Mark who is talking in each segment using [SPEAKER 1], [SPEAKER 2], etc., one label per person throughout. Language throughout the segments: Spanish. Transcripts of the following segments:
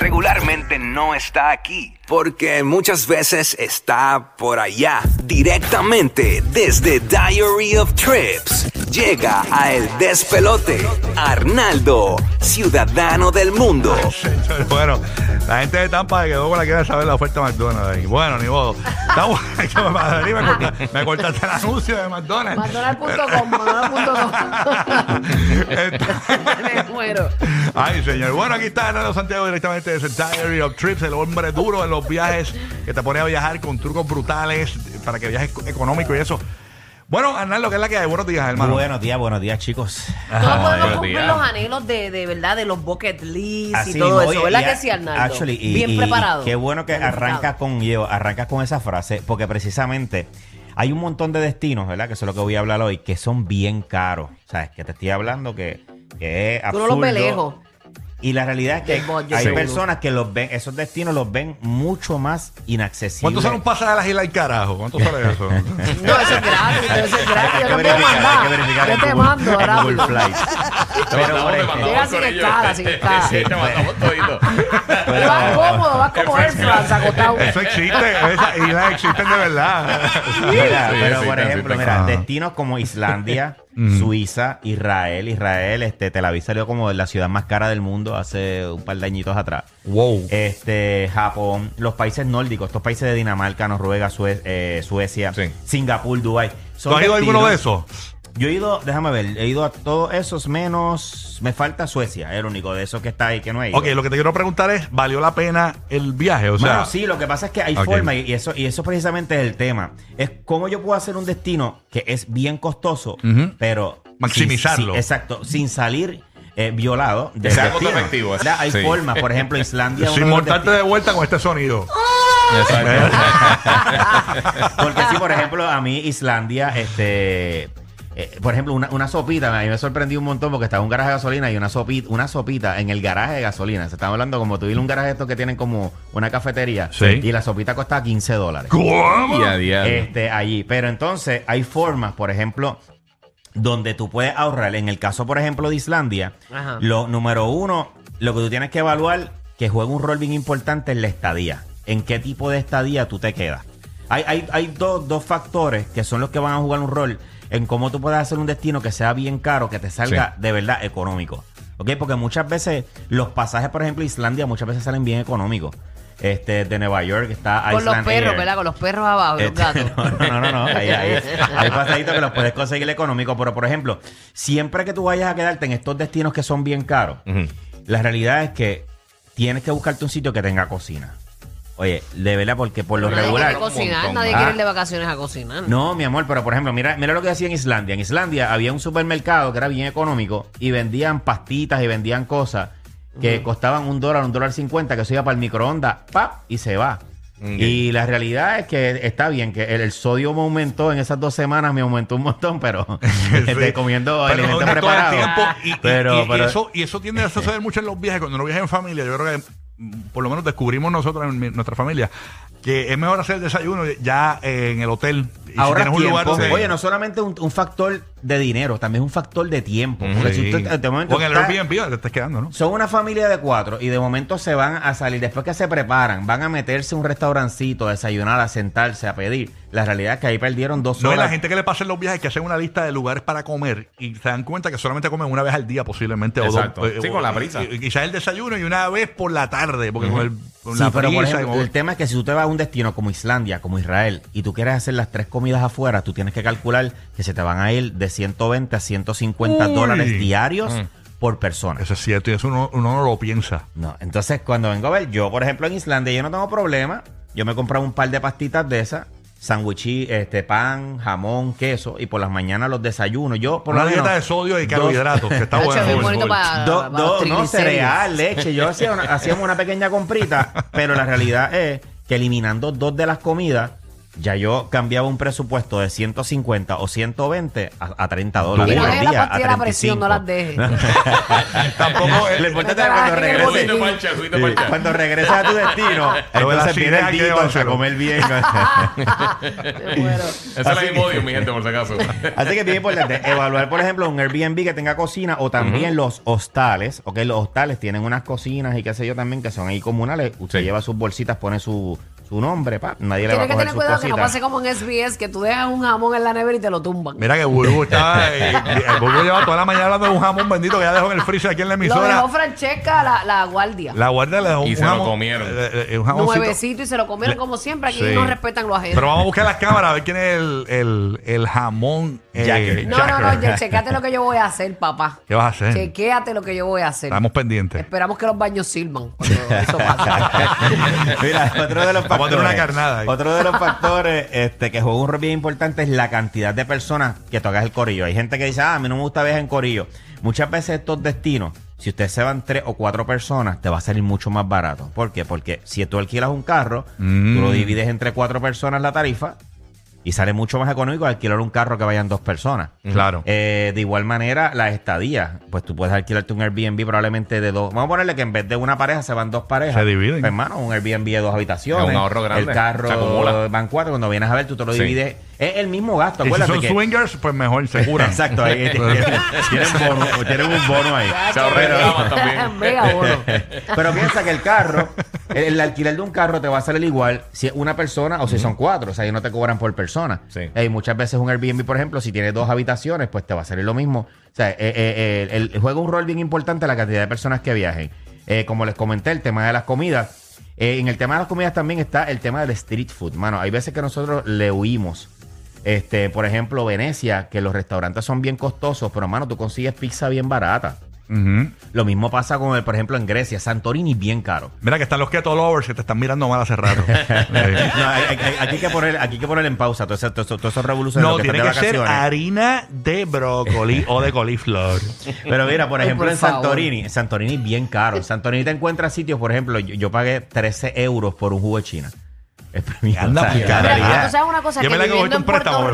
[SPEAKER 1] regularmente no está aquí.
[SPEAKER 2] Porque muchas veces está por allá. Directamente desde Diary of Trips. Llega a El Despelote. Arnaldo, ciudadano del mundo.
[SPEAKER 3] Bueno, la gente de Tampa de que Douglas quiere saber la oferta de McDonald's. Y bueno, ni modo. Estamos, que me, Madrid me, corta- me cortaste el anuncio de McDonald's.
[SPEAKER 4] McDonald's.com, McDonald's.com. Me muero.
[SPEAKER 3] Ay, señor. Bueno, aquí está Hernando Santiago directamente desde Diary of Trips, el hombre duro en los viajes que te pone a viajar con trucos brutales para que viajes económico y eso. Bueno, Arnaldo, ¿qué es la que hay? Buenos días, hermano.
[SPEAKER 5] Buenos días, buenos días, chicos.
[SPEAKER 4] Todos podemos
[SPEAKER 5] buenos
[SPEAKER 4] cumplir
[SPEAKER 5] días.
[SPEAKER 4] los anhelos de, de verdad, de los bucket lists y
[SPEAKER 5] Así
[SPEAKER 4] todo
[SPEAKER 5] mismo,
[SPEAKER 4] eso,
[SPEAKER 5] oye,
[SPEAKER 4] ¿verdad
[SPEAKER 5] y
[SPEAKER 4] que
[SPEAKER 5] a-
[SPEAKER 4] sí, Arnaldo?
[SPEAKER 5] actually, y-
[SPEAKER 4] Bien
[SPEAKER 5] y-
[SPEAKER 4] preparado.
[SPEAKER 5] Qué bueno que
[SPEAKER 4] Bien
[SPEAKER 5] arrancas
[SPEAKER 4] preparado.
[SPEAKER 5] con yo, arrancas con esa frase, porque precisamente hay un montón de destinos, ¿verdad? Que eso es lo que voy a hablar hoy, que son bien caros. ¿Sabes? Que te estoy hablando que, que es
[SPEAKER 4] Tú
[SPEAKER 5] absurdo.
[SPEAKER 4] no los ves lejos.
[SPEAKER 5] Y la realidad es que
[SPEAKER 4] Yo voy, yo
[SPEAKER 5] hay
[SPEAKER 4] seguro.
[SPEAKER 5] personas que los ven, esos destinos los ven mucho más inaccesibles.
[SPEAKER 3] ¿Cuánto sale un pasaje a la isla del carajo? ¿Cuánto sale eso?
[SPEAKER 4] No, eso es gratis, eso es gratis.
[SPEAKER 5] Hay
[SPEAKER 4] Yo
[SPEAKER 5] que
[SPEAKER 4] no puedo mandar.
[SPEAKER 5] verificar, hay que verificar en
[SPEAKER 4] Yo te
[SPEAKER 5] Google-
[SPEAKER 4] mando
[SPEAKER 5] en
[SPEAKER 4] ahora.
[SPEAKER 5] Google Flights. Pero, por ejemplo,
[SPEAKER 4] Llega así que cara, así que cara.
[SPEAKER 5] Sí, te mandamos
[SPEAKER 6] todito.
[SPEAKER 4] Pero vas cómodo, vas como Air France, acostado.
[SPEAKER 3] eso existe. Esas islas existen de verdad.
[SPEAKER 5] Mira,
[SPEAKER 6] Sí,
[SPEAKER 5] pero
[SPEAKER 6] sí,
[SPEAKER 5] por
[SPEAKER 6] sí,
[SPEAKER 5] ejemplo,
[SPEAKER 6] sí,
[SPEAKER 5] mira,
[SPEAKER 3] sí.
[SPEAKER 5] destinos como Islandia, Suiza, Israel, Israel, este, Tel Aviv salió como la ciudad más cara del mundo hace un par de añitos atrás.
[SPEAKER 3] Wow.
[SPEAKER 5] Este, Japón, los países nórdicos, estos países de Dinamarca, Noruega, Sue- eh, Suecia,
[SPEAKER 6] Sí.
[SPEAKER 5] Singapur, Dubái.
[SPEAKER 3] ¿Tú
[SPEAKER 5] Son
[SPEAKER 3] has ido a alguno
[SPEAKER 5] destinos-
[SPEAKER 3] de esos?
[SPEAKER 5] Yo he ido, déjame ver, he ido a todos esos menos, me falta Suecia, el único de esos que está ahí que no he ido.
[SPEAKER 3] Ok, lo que te quiero preguntar es, ¿valió la pena el viaje? O sea,
[SPEAKER 5] Mano, sí, lo que pasa es que hay
[SPEAKER 3] ok.
[SPEAKER 5] forma y y eso, y eso precisamente es el tema. Es cómo yo puedo hacer un destino que es bien costoso, pero...
[SPEAKER 3] Maximizarlo.
[SPEAKER 5] sin- sin- exacto, sin salir eh, violado. Del
[SPEAKER 6] Que sea
[SPEAKER 5] destino.
[SPEAKER 6] costo-efectivo, es-
[SPEAKER 5] ¿Verdad? Hay
[SPEAKER 6] sí.
[SPEAKER 5] formas, por ejemplo, Islandia... es uno
[SPEAKER 3] sin
[SPEAKER 5] de los
[SPEAKER 3] montarte de vuelta con este sonido.
[SPEAKER 5] destinos. Porque sí, por ejemplo, a mí Islandia, este... eh, por ejemplo, una, una sopita, a mí me sorprendió un montón porque estaba en un garaje de gasolina y una sopita, una sopita en el garaje de gasolina. Se estaba hablando como tú ir un garaje de estos que tienen como una cafetería
[SPEAKER 3] Sí.
[SPEAKER 5] y la sopita costaba 15 dólares.
[SPEAKER 3] ¿Cómo?
[SPEAKER 5] este, allí. Pero entonces hay formas, por ejemplo, donde tú puedes ahorrar. En el caso, por ejemplo, de Islandia,
[SPEAKER 4] Ajá.
[SPEAKER 5] lo número uno, lo que tú tienes que evaluar, que juega un rol bien importante en la estadía. En qué tipo de estadía tú te quedas. Hay, hay, hay dos, dos factores que son los que van a jugar un rol en cómo tú puedes hacer un destino que sea bien caro, que te salga de verdad económico. ¿Ok? Porque muchas veces los pasajes, por ejemplo, a Islandia muchas veces salen bien económicos. Este, de Nueva York está
[SPEAKER 4] Con los
[SPEAKER 5] Iceland
[SPEAKER 4] perros,
[SPEAKER 5] Air.
[SPEAKER 4] ¿verdad? Con los perros abajo, y los
[SPEAKER 5] Este,
[SPEAKER 4] gatos.
[SPEAKER 5] No, no, no, no. Hay, hay- hay pasaditos que los puedes conseguir económico. Pero, por ejemplo, siempre que tú vayas a quedarte en estos destinos que son bien caros, la realidad es que tienes que buscarte un sitio que tenga cocina. Oye, de verdad, porque por lo
[SPEAKER 4] Nadie
[SPEAKER 5] regular.
[SPEAKER 4] quiere cocinar,
[SPEAKER 6] montón.
[SPEAKER 4] nadie quiere
[SPEAKER 5] Ah.
[SPEAKER 4] ir de vacaciones a cocinar.
[SPEAKER 5] No, mi amor, pero por ejemplo, mira, mira lo que hacía en Islandia. En Islandia había un supermercado que era bien económico y vendían pastitas y vendían cosas que costaban un dólar, un dólar cincuenta, que se iba para el microondas, ¡pap! y se va. Y la realidad es que está bien, que el, el sodio me aumentó en esas dos semanas, me aumentó un montón, pero estoy comiendo
[SPEAKER 3] Pero
[SPEAKER 5] alimentos
[SPEAKER 3] no todo el
[SPEAKER 5] preparados.
[SPEAKER 3] tiempo, y, y-
[SPEAKER 5] Pero-
[SPEAKER 3] y- y
[SPEAKER 5] pero- este.
[SPEAKER 3] eso, y eso tiende a suceder mucho en los viajes. Cuando uno viaja en familia, yo creo que mm, por lo menos descubrimos nosotros en mi- nuestra familia que es mejor hacer el desayuno ya eh, en el hotel. Y si
[SPEAKER 5] Ahorras
[SPEAKER 3] tienes un lugar
[SPEAKER 5] tiempo.
[SPEAKER 3] donde-
[SPEAKER 5] Oye, no solamente un, un factor de dinero, también es un factor de tiempo.
[SPEAKER 3] Sí.
[SPEAKER 5] Porque si tú te- de momento
[SPEAKER 3] Porque en el
[SPEAKER 5] estás-
[SPEAKER 3] Airbnb donde te estás quedando, ¿no?
[SPEAKER 5] Son una familia de cuatro y de momento se van a salir. Después que se preparan, van a meterse a un restaurancito, a desayunar, a sentarse, a pedir. La realidad es que ahí perdieron dos
[SPEAKER 3] No, y
[SPEAKER 5] horas.
[SPEAKER 3] la gente que le pasa en los viajes que hacen una lista de lugares para comer y se dan cuenta que solamente comen una vez al día posiblemente.
[SPEAKER 6] Exacto.
[SPEAKER 3] O dos, eh,
[SPEAKER 6] Sí,
[SPEAKER 3] o-
[SPEAKER 6] con la prisa.
[SPEAKER 3] y- y Quizás el desayuno y una vez por la tarde, porque con, el, con
[SPEAKER 5] Sí,
[SPEAKER 3] la
[SPEAKER 5] pero por
[SPEAKER 3] prisa y
[SPEAKER 5] ejemplo,
[SPEAKER 3] con-
[SPEAKER 5] el tema es que si tú te vas a un destino como Islandia, como Israel, y tú quieres hacer las tres comidas afuera, tú tienes que calcular que se te van a ir de 120 a 150
[SPEAKER 3] Uy.
[SPEAKER 5] dólares diarios por persona.
[SPEAKER 3] Eso es cierto y eso uno, uno no lo piensa.
[SPEAKER 5] No, entonces cuando vengo a ver, yo por ejemplo en Islandia, yo no tengo problema. Yo me he comprado un par de pastitas de esas sándwichí, este, pan, jamón, queso y por las mañanas los desayunos. Yo, por
[SPEAKER 3] Una
[SPEAKER 5] lo menos,
[SPEAKER 3] dieta de sodio y
[SPEAKER 5] dos-
[SPEAKER 3] carbohidratos, que está
[SPEAKER 4] Hacho,
[SPEAKER 3] bueno.
[SPEAKER 4] es bien
[SPEAKER 3] Joel,
[SPEAKER 4] bonito
[SPEAKER 3] Joel.
[SPEAKER 4] para,
[SPEAKER 5] Do-
[SPEAKER 4] para
[SPEAKER 5] do-
[SPEAKER 4] los
[SPEAKER 5] no,
[SPEAKER 4] triglicéridos.
[SPEAKER 5] cereal, leche. Yo hacía una, hacíamos una pequeña comprita, pero la realidad es que eliminando dos de las comidas, ya yo cambiaba un presupuesto de 150 o 120 a, a 30 dólares.
[SPEAKER 4] Y no
[SPEAKER 5] al
[SPEAKER 4] dejes la
[SPEAKER 5] día, a
[SPEAKER 4] pastilla de la presión, no las
[SPEAKER 5] 35.
[SPEAKER 4] dejes.
[SPEAKER 3] Tampoco es-
[SPEAKER 5] Lo importante
[SPEAKER 4] No te las
[SPEAKER 5] es cuando
[SPEAKER 4] dejes en el
[SPEAKER 5] regreses.
[SPEAKER 4] botiquín.
[SPEAKER 6] pancha, eh, juguito
[SPEAKER 5] Sí.
[SPEAKER 6] pancha.
[SPEAKER 5] Cuando regreses a tu destino,
[SPEAKER 3] Lo de la
[SPEAKER 5] entonces viene
[SPEAKER 3] sirena
[SPEAKER 5] el
[SPEAKER 3] hay que
[SPEAKER 5] Tito a
[SPEAKER 3] llevárselo.
[SPEAKER 5] comer bien.
[SPEAKER 4] Te muero.
[SPEAKER 6] Esa es la
[SPEAKER 5] Así
[SPEAKER 6] de
[SPEAKER 5] que- Ah,
[SPEAKER 6] modio, mi gente, por si acaso.
[SPEAKER 5] Así que es bien importante evaluar, por ejemplo, un Airbnb que tenga cocina o también los hostales. Ok, los hostales tienen unas cocinas y qué sé yo también que son ahí comunales. Usted
[SPEAKER 6] Sí.
[SPEAKER 5] lleva sus bolsitas, pone su, su nombre, pa. Nadie le
[SPEAKER 4] Tienes
[SPEAKER 5] va
[SPEAKER 4] que
[SPEAKER 5] a coger
[SPEAKER 4] tener
[SPEAKER 5] sus
[SPEAKER 4] cuidado que no
[SPEAKER 5] cositas.
[SPEAKER 4] pase como en SBS, que tú dejas un jamón en la nevera y te lo tumban.
[SPEAKER 3] Mira que Burbu estaba. eh, el Burbu lleva toda la mañana hablando de un jamón bendito que ya dejó en el freezer aquí en la
[SPEAKER 4] lo
[SPEAKER 3] emisora.
[SPEAKER 4] dejó Francesca, la, la guardia.
[SPEAKER 3] La guardia le dejó
[SPEAKER 6] Y
[SPEAKER 3] un
[SPEAKER 6] se lo
[SPEAKER 3] jamón,
[SPEAKER 6] comieron.
[SPEAKER 3] eh, eh, un jamoncito.
[SPEAKER 4] Nuevecito y se lo comieron como siempre. Aquí
[SPEAKER 3] Sí.
[SPEAKER 4] no respetan los ajenos.
[SPEAKER 3] Pero vamos a buscar las cámaras a ver quién es el, el, el jamón. eh,
[SPEAKER 5] Jacker.
[SPEAKER 4] No, no, no,
[SPEAKER 3] Jacker.
[SPEAKER 4] ya, chequéate lo que yo voy a hacer, papá.
[SPEAKER 3] ¿Qué vas a hacer?
[SPEAKER 4] Chequéate lo que yo voy a hacer.
[SPEAKER 3] Estamos pendientes.
[SPEAKER 4] Esperamos que los baños sirvan. cuando eso pase.
[SPEAKER 5] Mira, otro de
[SPEAKER 3] Vamos
[SPEAKER 5] los
[SPEAKER 3] a
[SPEAKER 5] factores.
[SPEAKER 3] tener una carnada ahí.
[SPEAKER 5] Otro de los factores este, que juega un rol bien importante es la cantidad de personas que tocas el corillo. Hay gente que dice, ah, a mí no me gusta viajar en corillo. Muchas veces estos destinos, si ustedes se van tres o cuatro personas, te va a salir mucho más barato. ¿Por qué? Porque si tú alquilas un carro,
[SPEAKER 3] Mm.
[SPEAKER 5] tú lo divides entre cuatro personas la tarifa y sale mucho más económico alquilar un carro que vayan dos personas.
[SPEAKER 3] Claro.
[SPEAKER 5] Eh, de igual manera, las estadías. Pues tú puedes alquilarte un Airbnb probablemente de dos. Vamos a ponerle que en vez de una pareja se van dos parejas.
[SPEAKER 3] Se dividen.
[SPEAKER 5] Pues, Hermano, un Airbnb de dos habitaciones.
[SPEAKER 6] Es un ahorro grande.
[SPEAKER 5] El carro
[SPEAKER 6] Se acumula.
[SPEAKER 5] van cuatro. Cuando vienes a ver, tú te lo
[SPEAKER 6] Sí.
[SPEAKER 5] divides. Es el mismo gasto.
[SPEAKER 3] Y si
[SPEAKER 5] Acuérdate
[SPEAKER 3] son
[SPEAKER 5] que.
[SPEAKER 3] swingers, pues mejor, se curan.
[SPEAKER 5] Exacto. ahí tienen, tienen bono- tienen un bono ahí.
[SPEAKER 6] Se ahorra el drama también.
[SPEAKER 4] Mega bono.
[SPEAKER 5] Pero piensa que el carro, el, el alquiler de un carro te va a salir igual si es una persona o si son cuatro. O sea, ellos no te cobran por persona.
[SPEAKER 6] Sí.
[SPEAKER 5] Eh, Y muchas veces un Airbnb, por ejemplo, si tiene dos habitaciones, pues te va a salir lo mismo. O sea, eh, eh, eh, el, el- juega un rol bien importante la cantidad de personas que viajen. Eh, como les comenté, el tema de las comidas. Eh, en el tema de las comidas también está el tema del street food. Mano, hay veces que nosotros le huimos. Este, por ejemplo, Venecia, que los restaurantes son bien costosos, pero mano, tú consigues pizza bien barata.
[SPEAKER 3] Ujú.
[SPEAKER 5] Lo mismo pasa con, el, por ejemplo, en Grecia. Santorini bien caro.
[SPEAKER 3] Mira que están los keto lovers que te están mirando mal hace rato. Eh,
[SPEAKER 5] No, hay- hay- hay- aquí, hay que poner, aquí hay que poner en pausa todos esos todo, eso
[SPEAKER 3] no,
[SPEAKER 5] revolucionarios que
[SPEAKER 3] tiene
[SPEAKER 5] están
[SPEAKER 3] que
[SPEAKER 5] de
[SPEAKER 3] ser
[SPEAKER 5] vacaciones.
[SPEAKER 3] harina de brócoli o de coliflor.
[SPEAKER 5] Pero mira, por
[SPEAKER 4] Ay,
[SPEAKER 5] ejemplo,
[SPEAKER 4] por
[SPEAKER 5] en
[SPEAKER 4] favor.
[SPEAKER 5] Santorini, en Santorini es bien caro. En Santorini te encuentras sitios, por ejemplo, yo, yo pagué 13 euros por un jugo de China. Es premiado.
[SPEAKER 3] Anda, pues,
[SPEAKER 4] Mira,
[SPEAKER 3] Realidad.
[SPEAKER 4] pero tú sabes una cosa,
[SPEAKER 3] Yo
[SPEAKER 4] que
[SPEAKER 3] me la cogí
[SPEAKER 4] viviendo
[SPEAKER 3] con
[SPEAKER 4] en Puerto
[SPEAKER 3] préstamo.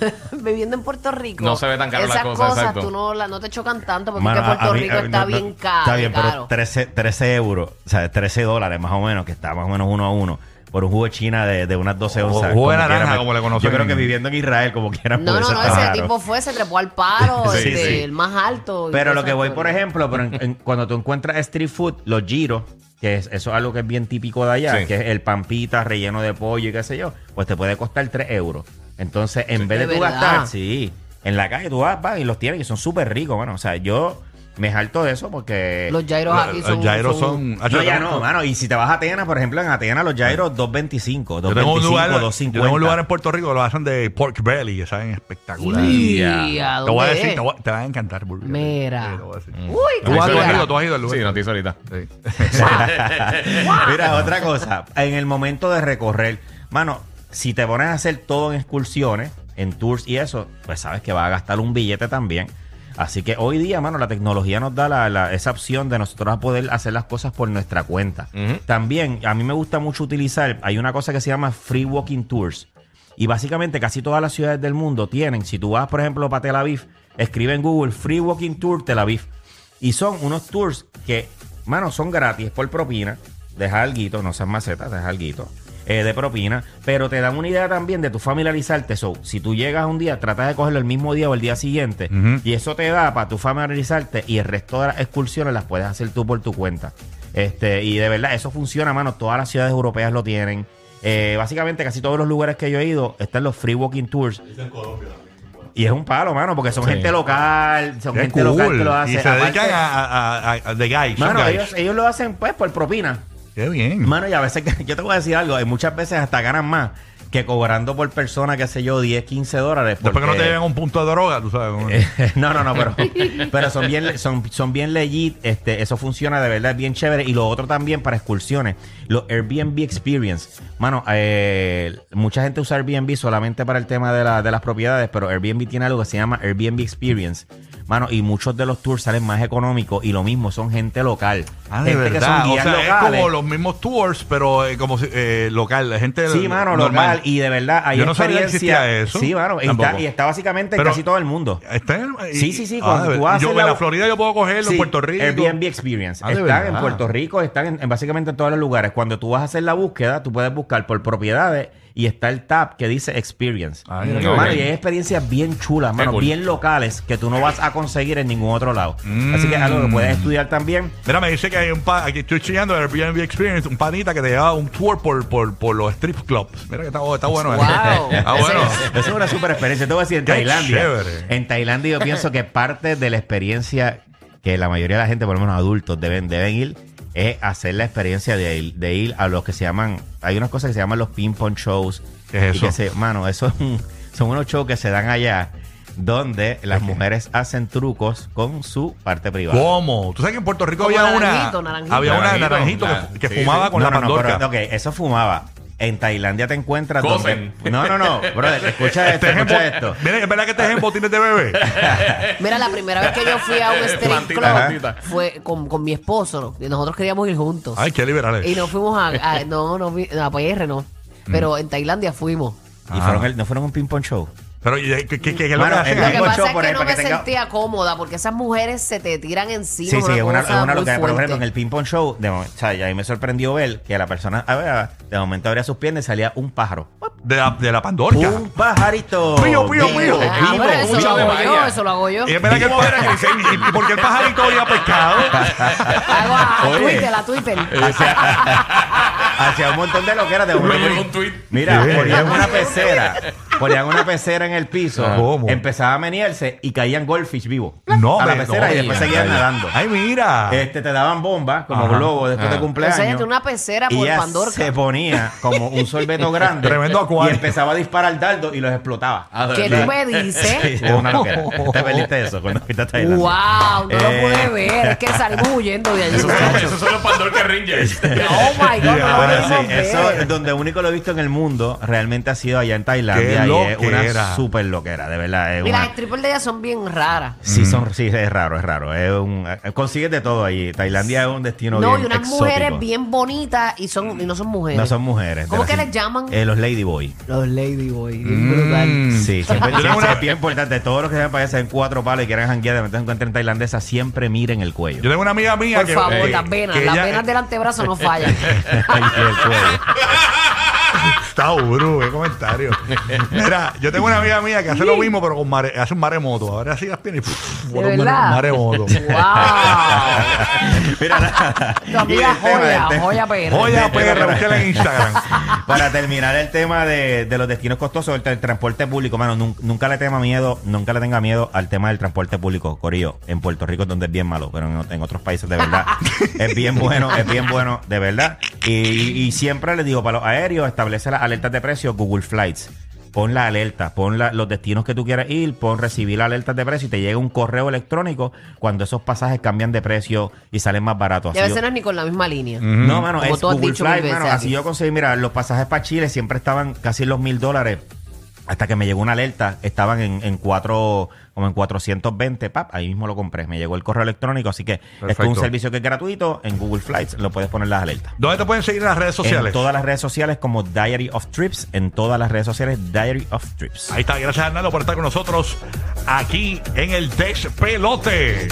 [SPEAKER 4] Rico, viviendo en Puerto Rico,
[SPEAKER 6] No se ve tan cara la
[SPEAKER 4] esas
[SPEAKER 6] cosa,
[SPEAKER 4] cosas
[SPEAKER 6] exacto.
[SPEAKER 4] tú no, la- no te chocan tanto porque
[SPEAKER 5] Mano,
[SPEAKER 4] es
[SPEAKER 5] a-
[SPEAKER 4] que Puerto
[SPEAKER 5] a mí-
[SPEAKER 4] Rico
[SPEAKER 5] a-
[SPEAKER 4] está
[SPEAKER 5] no- no-
[SPEAKER 4] bien caro.
[SPEAKER 5] Está bien,
[SPEAKER 4] caro.
[SPEAKER 5] pero 13, 13 euros, o sea, 13 dólares más o menos, que está más o menos uno a uno, por un jugo de China de, de unas 12
[SPEAKER 3] O
[SPEAKER 5] onzas.
[SPEAKER 3] jugo de
[SPEAKER 5] quiera,
[SPEAKER 3] naranja,
[SPEAKER 5] me-
[SPEAKER 3] como le conocen.
[SPEAKER 5] Yo creo que viviendo en Israel, como quiera,
[SPEAKER 4] No,
[SPEAKER 5] puede
[SPEAKER 4] no,
[SPEAKER 5] ser
[SPEAKER 4] no,
[SPEAKER 5] tan
[SPEAKER 4] ese
[SPEAKER 5] caro.
[SPEAKER 4] tipo fue, se trepó al paro,
[SPEAKER 6] Sí,
[SPEAKER 4] este,
[SPEAKER 6] sí.
[SPEAKER 4] el más alto. y
[SPEAKER 5] Pero
[SPEAKER 4] todas
[SPEAKER 5] lo que
[SPEAKER 4] esas
[SPEAKER 5] voy, por
[SPEAKER 4] cosas.
[SPEAKER 5] ejemplo, pero en- en- cuando tú encuentras street food, los giros, que es, eso es algo que es bien típico de allá,
[SPEAKER 6] Sí.
[SPEAKER 5] que es el pampita relleno de pollo y qué sé yo, pues te puede costar 3 euros. Entonces, en vez de,
[SPEAKER 4] De
[SPEAKER 5] tú
[SPEAKER 4] verdad.
[SPEAKER 5] gastar, sí, en la calle tú vas, vas y los tienes y son súper ricos, bueno, o sea, yo me jalto de eso porque...
[SPEAKER 4] Los gyros aquí son...
[SPEAKER 3] Los gyros Eh, son. Ah,
[SPEAKER 5] No,
[SPEAKER 3] yo
[SPEAKER 5] ya
[SPEAKER 3] tengo-
[SPEAKER 5] no, mano. Y si te vas a Atenas, por ejemplo, en Atenas los gyros 2.25, 2.25,
[SPEAKER 3] Yo tengo, un lugar, yo
[SPEAKER 5] 2.50.
[SPEAKER 3] tengo un lugar en Puerto Rico que lo hacen de pork belly, que saben espectacular.
[SPEAKER 4] Y-
[SPEAKER 6] Ya.
[SPEAKER 4] ¿a
[SPEAKER 3] Te voy a
[SPEAKER 4] dónde
[SPEAKER 3] decir,
[SPEAKER 4] es?
[SPEAKER 3] te, voy a- te van a encantar, Burbu.
[SPEAKER 4] Mira.
[SPEAKER 3] Sí, te voy a decir.
[SPEAKER 5] Mm.
[SPEAKER 4] Uy,
[SPEAKER 3] Tú has tú has
[SPEAKER 4] Carla.
[SPEAKER 3] ido, tú has ido al lugar.
[SPEAKER 6] Sí, no te hizo ahorita.
[SPEAKER 3] Sí.
[SPEAKER 5] Mira, otra cosa. En el momento de recorrer, mano, si te pones a hacer todo en excursiones, en tours y eso, pues sabes que vas a gastar un billete también. Así que hoy día, mano, la tecnología nos da la- la- esa opción de nosotros poder hacer las cosas por nuestra cuenta. También, a mí me gusta mucho utilizar, hay una cosa que se llama Free Walking Tours. Y básicamente casi todas las ciudades del mundo tienen, si tú vas, por ejemplo, para Tel Aviv, escribe en Google Free Walking Tour Tel Aviv. Y son unos tours que, mano, son gratis por propina. Deja alguito, no seas macetas, deja alguito eh, de propina. Pero te dan una idea también de tu familiarizarte. So, si tú llegas un día, tratas de cogerlo el mismo día o el día siguiente. Y eso te da para tu familiarizarte y el resto de las excursiones las puedes hacer tú por tu cuenta. Este, y de verdad, eso funciona, mano. Todas las ciudades europeas lo tienen. Eh, básicamente, casi todos los lugares que yo he ido están los free walking tours. Y es un palo, mano, porque son gente local, son
[SPEAKER 3] Qué
[SPEAKER 5] gente local que
[SPEAKER 3] cool.
[SPEAKER 5] lo hace.
[SPEAKER 3] Y se
[SPEAKER 5] Aparte-
[SPEAKER 3] dedican a, a, a, a- de guys. son
[SPEAKER 5] Mano,
[SPEAKER 3] guys.
[SPEAKER 5] ellos, eh, ellos lo hacen pues por propina.
[SPEAKER 3] Qué bien.
[SPEAKER 5] Mano, y a veces, yo te voy a decir algo, hay muchas veces hasta ganan más que cobrando por persona, qué sé yo, 10, 15 dólares.
[SPEAKER 3] Después que no te
[SPEAKER 5] porque-
[SPEAKER 3] lleven un punto de droga, tú sabes. como-
[SPEAKER 5] Eh, no, no, no, pero, pero son bien son, son bien legit, este, eso funciona de verdad, es bien chévere. Y lo otro también para excursiones, los Airbnb Experience. Mano, eh, mucha gente usa Airbnb solamente para el tema de, la- de las propiedades, pero Airbnb tiene algo que se llama Airbnb Experience. Mano, y muchos de los tours salen más económicos y lo mismo, son gente local.
[SPEAKER 3] Ah, de
[SPEAKER 5] gente
[SPEAKER 3] verdad. O
[SPEAKER 5] guías
[SPEAKER 3] sea, es
[SPEAKER 5] locales.
[SPEAKER 3] como los mismos tours, pero eh, como si- eh, local. Gente
[SPEAKER 5] Sí, mano,
[SPEAKER 3] normal.
[SPEAKER 5] normal. Y de verdad, hay
[SPEAKER 3] Yo no sabía que
[SPEAKER 5] experiencia.
[SPEAKER 3] existía eso.
[SPEAKER 5] Sí, mano. Y
[SPEAKER 3] Tampoco.
[SPEAKER 5] está, y está básicamente en
[SPEAKER 3] Pero-
[SPEAKER 5] casi todo el mundo.
[SPEAKER 3] Está en- y-
[SPEAKER 5] Sí, sí, sí.
[SPEAKER 3] ah,
[SPEAKER 5] cuando
[SPEAKER 3] de
[SPEAKER 5] tú
[SPEAKER 3] ver-
[SPEAKER 5] haces
[SPEAKER 3] yo, en la Florida yo puedo cogerlo,
[SPEAKER 5] Sí,
[SPEAKER 3] en Puerto Rico.
[SPEAKER 5] Airbnb Experience.
[SPEAKER 3] Ah, de
[SPEAKER 5] están en
[SPEAKER 3] verdad.
[SPEAKER 5] Puerto Rico, están en, en básicamente en todos los lugares. Cuando tú vas a hacer la búsqueda, tú puedes buscar por propiedades y está el tab que dice Experience.
[SPEAKER 3] Ah, mira,
[SPEAKER 6] No,
[SPEAKER 3] qué
[SPEAKER 5] Mano,
[SPEAKER 6] ok.
[SPEAKER 5] y hay experiencias bien chulas, mano,
[SPEAKER 6] cool.
[SPEAKER 5] bien locales que tú no vas a conseguir en ningún otro lado.
[SPEAKER 3] Mm.
[SPEAKER 5] Así que es algo que puedes estudiar también.
[SPEAKER 3] Mira, me dice que hay un pa aquí estoy chillando el Airbnb Experience, un panita que te lleva un tour por, por, por los strip clubs. Mira que está, está bueno. eso.
[SPEAKER 4] Wow.
[SPEAKER 3] Está
[SPEAKER 4] Ese-
[SPEAKER 3] Ah, bueno.
[SPEAKER 5] Eso es una super experiencia. Te voy a decir, en
[SPEAKER 3] Qué
[SPEAKER 5] Tailandia.
[SPEAKER 3] chévere.
[SPEAKER 5] En Tailandia yo pienso que parte de la experiencia que la mayoría de la gente, por lo menos adultos, deben, deben ir, es hacer la experiencia de, ir- de ir a los que se llaman, hay unas cosas que se llaman los ping pong shows.
[SPEAKER 3] ¿Qué es
[SPEAKER 5] Y
[SPEAKER 3] eso?
[SPEAKER 5] que se- mano, eso es un- son unos shows que se dan allá donde las mujeres hacen trucos con su parte privada.
[SPEAKER 3] ¿Cómo? Tú sabes que en Puerto Rico
[SPEAKER 4] Como
[SPEAKER 3] había
[SPEAKER 4] naranjito,
[SPEAKER 3] una.
[SPEAKER 4] naranjito.
[SPEAKER 3] Había una naranjito,
[SPEAKER 6] Naranjito,
[SPEAKER 3] que,
[SPEAKER 6] la-
[SPEAKER 3] que
[SPEAKER 6] sí,
[SPEAKER 3] fumaba
[SPEAKER 6] sí.
[SPEAKER 3] con la pandorca.
[SPEAKER 5] pero, ok, eso fumaba. En Tailandia te encuentras
[SPEAKER 6] Cosen.
[SPEAKER 5] donde- No, no, no, brother, escucha
[SPEAKER 3] Este
[SPEAKER 5] esto,
[SPEAKER 3] es en
[SPEAKER 5] escucha
[SPEAKER 3] bot-
[SPEAKER 5] esto.
[SPEAKER 3] Mira, es verdad que este es en botines de bebé.
[SPEAKER 4] Mira, la primera vez que yo fui a un strip
[SPEAKER 6] Plantita,
[SPEAKER 4] club
[SPEAKER 6] plantita.
[SPEAKER 4] fue con, con mi esposo. ¿no? Y Nosotros queríamos ir juntos.
[SPEAKER 3] Ay, qué liberales.
[SPEAKER 4] Y nos fuimos a, a- no, no, vi- a PR, no.
[SPEAKER 5] Mm.
[SPEAKER 4] Pero en Tailandia fuimos.
[SPEAKER 5] Y
[SPEAKER 3] Ah.
[SPEAKER 5] fueron el- no fueron un ping-pong show.
[SPEAKER 3] Pero, ¿y de- ¿qué, qué, qué es lo que
[SPEAKER 5] Mano,
[SPEAKER 3] hacen
[SPEAKER 5] el
[SPEAKER 4] Lo
[SPEAKER 3] ahí?
[SPEAKER 4] que
[SPEAKER 5] Tengo
[SPEAKER 4] pasa
[SPEAKER 5] show
[SPEAKER 4] es
[SPEAKER 5] por
[SPEAKER 4] que
[SPEAKER 5] ahí
[SPEAKER 4] no
[SPEAKER 5] para
[SPEAKER 4] me
[SPEAKER 5] que tenga-
[SPEAKER 4] sentía cómoda porque esas mujeres se te tiran encima.
[SPEAKER 5] Sí, sí, es una,
[SPEAKER 4] cosa
[SPEAKER 5] es una
[SPEAKER 4] muy
[SPEAKER 5] loca. Por ejemplo, en
[SPEAKER 4] fuerte.
[SPEAKER 5] el ping-pong show, de momento, o sea, y a mí me sorprendió ver que la persona, a ver, de momento abría sus piernas y salía un pájaro.
[SPEAKER 3] De la, de la pandorca.
[SPEAKER 5] ¡Un pajarito!
[SPEAKER 3] Pío, pío, pío.
[SPEAKER 5] Vivo,
[SPEAKER 4] Ah,
[SPEAKER 5] vivo,
[SPEAKER 4] pero eso
[SPEAKER 6] mucho
[SPEAKER 4] lo
[SPEAKER 6] de
[SPEAKER 5] vivo.
[SPEAKER 4] hago yo,
[SPEAKER 6] María.
[SPEAKER 4] eso lo hago yo.
[SPEAKER 3] Y es verdad que el pajarito, y porque el pajarito había pescado.
[SPEAKER 4] Hago a, a
[SPEAKER 5] Oye. Eh,
[SPEAKER 4] Twitter, a Twitter.
[SPEAKER 5] Hacía un montón de loqueras de
[SPEAKER 6] Me
[SPEAKER 5] momento.
[SPEAKER 6] llegó un tweet.
[SPEAKER 5] Mira,
[SPEAKER 3] Sí.
[SPEAKER 5] ponían una pecera, ponían una pecera en el piso,
[SPEAKER 3] Ah, ¿Cómo?
[SPEAKER 5] empezaba a menearse y caían goldfish vivos.
[SPEAKER 3] No,
[SPEAKER 5] a la
[SPEAKER 3] me-
[SPEAKER 5] pecera
[SPEAKER 3] no,
[SPEAKER 5] y después
[SPEAKER 6] mira,
[SPEAKER 5] seguían
[SPEAKER 6] mira.
[SPEAKER 5] nadando.
[SPEAKER 3] Ay, mira.
[SPEAKER 5] Este, te daban bombas como
[SPEAKER 3] Ajá.
[SPEAKER 5] globo después
[SPEAKER 6] Ajá.
[SPEAKER 5] de cumpleaños.
[SPEAKER 4] Enséñate una pecera
[SPEAKER 5] Y
[SPEAKER 4] por
[SPEAKER 5] ella
[SPEAKER 4] Pandorca.
[SPEAKER 5] se ponía como un sorbeto grande.
[SPEAKER 3] Tremendo acuario.
[SPEAKER 5] Y empezaba a disparar dardos y los explotaba.
[SPEAKER 6] Ah, de
[SPEAKER 4] ¿Qué
[SPEAKER 6] verdad.
[SPEAKER 4] tú me
[SPEAKER 5] Sí,
[SPEAKER 4] dices?
[SPEAKER 5] es una loquera. Te perdiste eso cuando fuiste a Tailandia.
[SPEAKER 4] ¡Wow! No lo
[SPEAKER 5] Eh.
[SPEAKER 4] pude ver. Es que salimos huyendo de allí.
[SPEAKER 6] Esos son,
[SPEAKER 4] muchachos.
[SPEAKER 6] esos son los Pandorca Rangers.
[SPEAKER 4] Oh my God,
[SPEAKER 3] Ya,
[SPEAKER 4] no lo
[SPEAKER 3] ahora
[SPEAKER 5] Pero sí,
[SPEAKER 4] pudimos ver.
[SPEAKER 5] eso es donde único lo he visto en el mundo realmente ha sido allá en Tailandia
[SPEAKER 3] Qué
[SPEAKER 5] y es
[SPEAKER 3] loquera.
[SPEAKER 5] una super loquera, de verdad. Es
[SPEAKER 4] Y las
[SPEAKER 5] una-
[SPEAKER 4] strippers de ellas son bien raras.
[SPEAKER 3] Mm.
[SPEAKER 5] Sí, son, sí, es raro, es raro. Es un, eh, consigues de todo allí. Tailandia es un destino
[SPEAKER 4] No,
[SPEAKER 5] bien
[SPEAKER 4] y unas
[SPEAKER 5] exótico.
[SPEAKER 4] mujeres bien bonitas y, son, y no son mujeres.
[SPEAKER 5] No son mujeres. de
[SPEAKER 4] ¿Cómo que
[SPEAKER 5] las-
[SPEAKER 4] les llaman?
[SPEAKER 5] Eh, los Ladyboy.
[SPEAKER 4] Los ladyboy.
[SPEAKER 5] Mm.
[SPEAKER 4] bien brutal.
[SPEAKER 3] mm.
[SPEAKER 5] Sí, siempre,
[SPEAKER 3] Yo
[SPEAKER 5] sí,
[SPEAKER 3] tengo
[SPEAKER 5] sí,
[SPEAKER 3] una-
[SPEAKER 5] es bien importante. Todos los que sean países en cuatro palos y quieran janguear, de repente se encuentren tailandesa, siempre miren el cuello.
[SPEAKER 3] Yo tengo una amiga mía
[SPEAKER 4] Por
[SPEAKER 3] que.
[SPEAKER 4] favor,
[SPEAKER 3] que-
[SPEAKER 4] las venas.
[SPEAKER 3] que
[SPEAKER 4] Las
[SPEAKER 3] ella-
[SPEAKER 4] venas del antebrazo no fallan.
[SPEAKER 5] Ay, el cuello.
[SPEAKER 3] Está duro, qué comentario. Mira, yo tengo una amiga mía que hace lo mismo, pero con mare- hace un maremoto. Ahora sí las piernas y ¡puf!
[SPEAKER 4] ¿De
[SPEAKER 3] bota un
[SPEAKER 4] verdad?
[SPEAKER 3] maremoto.
[SPEAKER 4] ¡Wow!
[SPEAKER 5] Mira, la-
[SPEAKER 4] Ah. Tu amiga
[SPEAKER 5] Y el tema del
[SPEAKER 4] joya,
[SPEAKER 5] tema.
[SPEAKER 4] joya PR.
[SPEAKER 3] Joya perra, búsquela en Instagram.
[SPEAKER 5] Para terminar el tema de, de los destinos costosos, el, tra- el transporte público, mano, nun- nunca le tema miedo, nunca le tenga miedo al tema del transporte público, Corillo. En Puerto Rico es donde es bien malo, pero en, en otros países de verdad es bien bueno, es bien bueno, de verdad. Y, y- y siempre les digo, para los aéreos, establece las alertas de precio Google Flights. Pon la alerta, pon la- los destinos que tú quieras ir, pon recibir alertas de precio y te llega un correo electrónico cuando esos pasajes cambian de precio y salen más baratos.
[SPEAKER 4] Y a
[SPEAKER 5] Así yo-
[SPEAKER 4] veces no es ni con la misma línea.
[SPEAKER 5] no, mano,
[SPEAKER 4] Como
[SPEAKER 5] es
[SPEAKER 4] tú has
[SPEAKER 5] Google
[SPEAKER 4] dicho mil
[SPEAKER 5] Flight,
[SPEAKER 4] veces
[SPEAKER 5] mano.
[SPEAKER 4] aquí.
[SPEAKER 5] Así yo conseguí, mira, los pasajes para Chile siempre estaban casi en los mil dólares. Hasta que me llegó una alerta, estaban en, en cuatro, como en 420, pap, ahí mismo lo compré. Me llegó el correo electrónico, así que esto es un
[SPEAKER 3] Perfecto.
[SPEAKER 5] servicio que es gratuito. En Google Flights lo puedes poner las alertas.
[SPEAKER 3] ¿Dónde te pueden seguir en las redes
[SPEAKER 5] En
[SPEAKER 3] sociales?
[SPEAKER 5] todas las redes sociales como Diary of Trips, en todas las redes sociales Diary of Trips.
[SPEAKER 3] Ahí está, gracias Arnaldo por estar con nosotros aquí en el Despelote.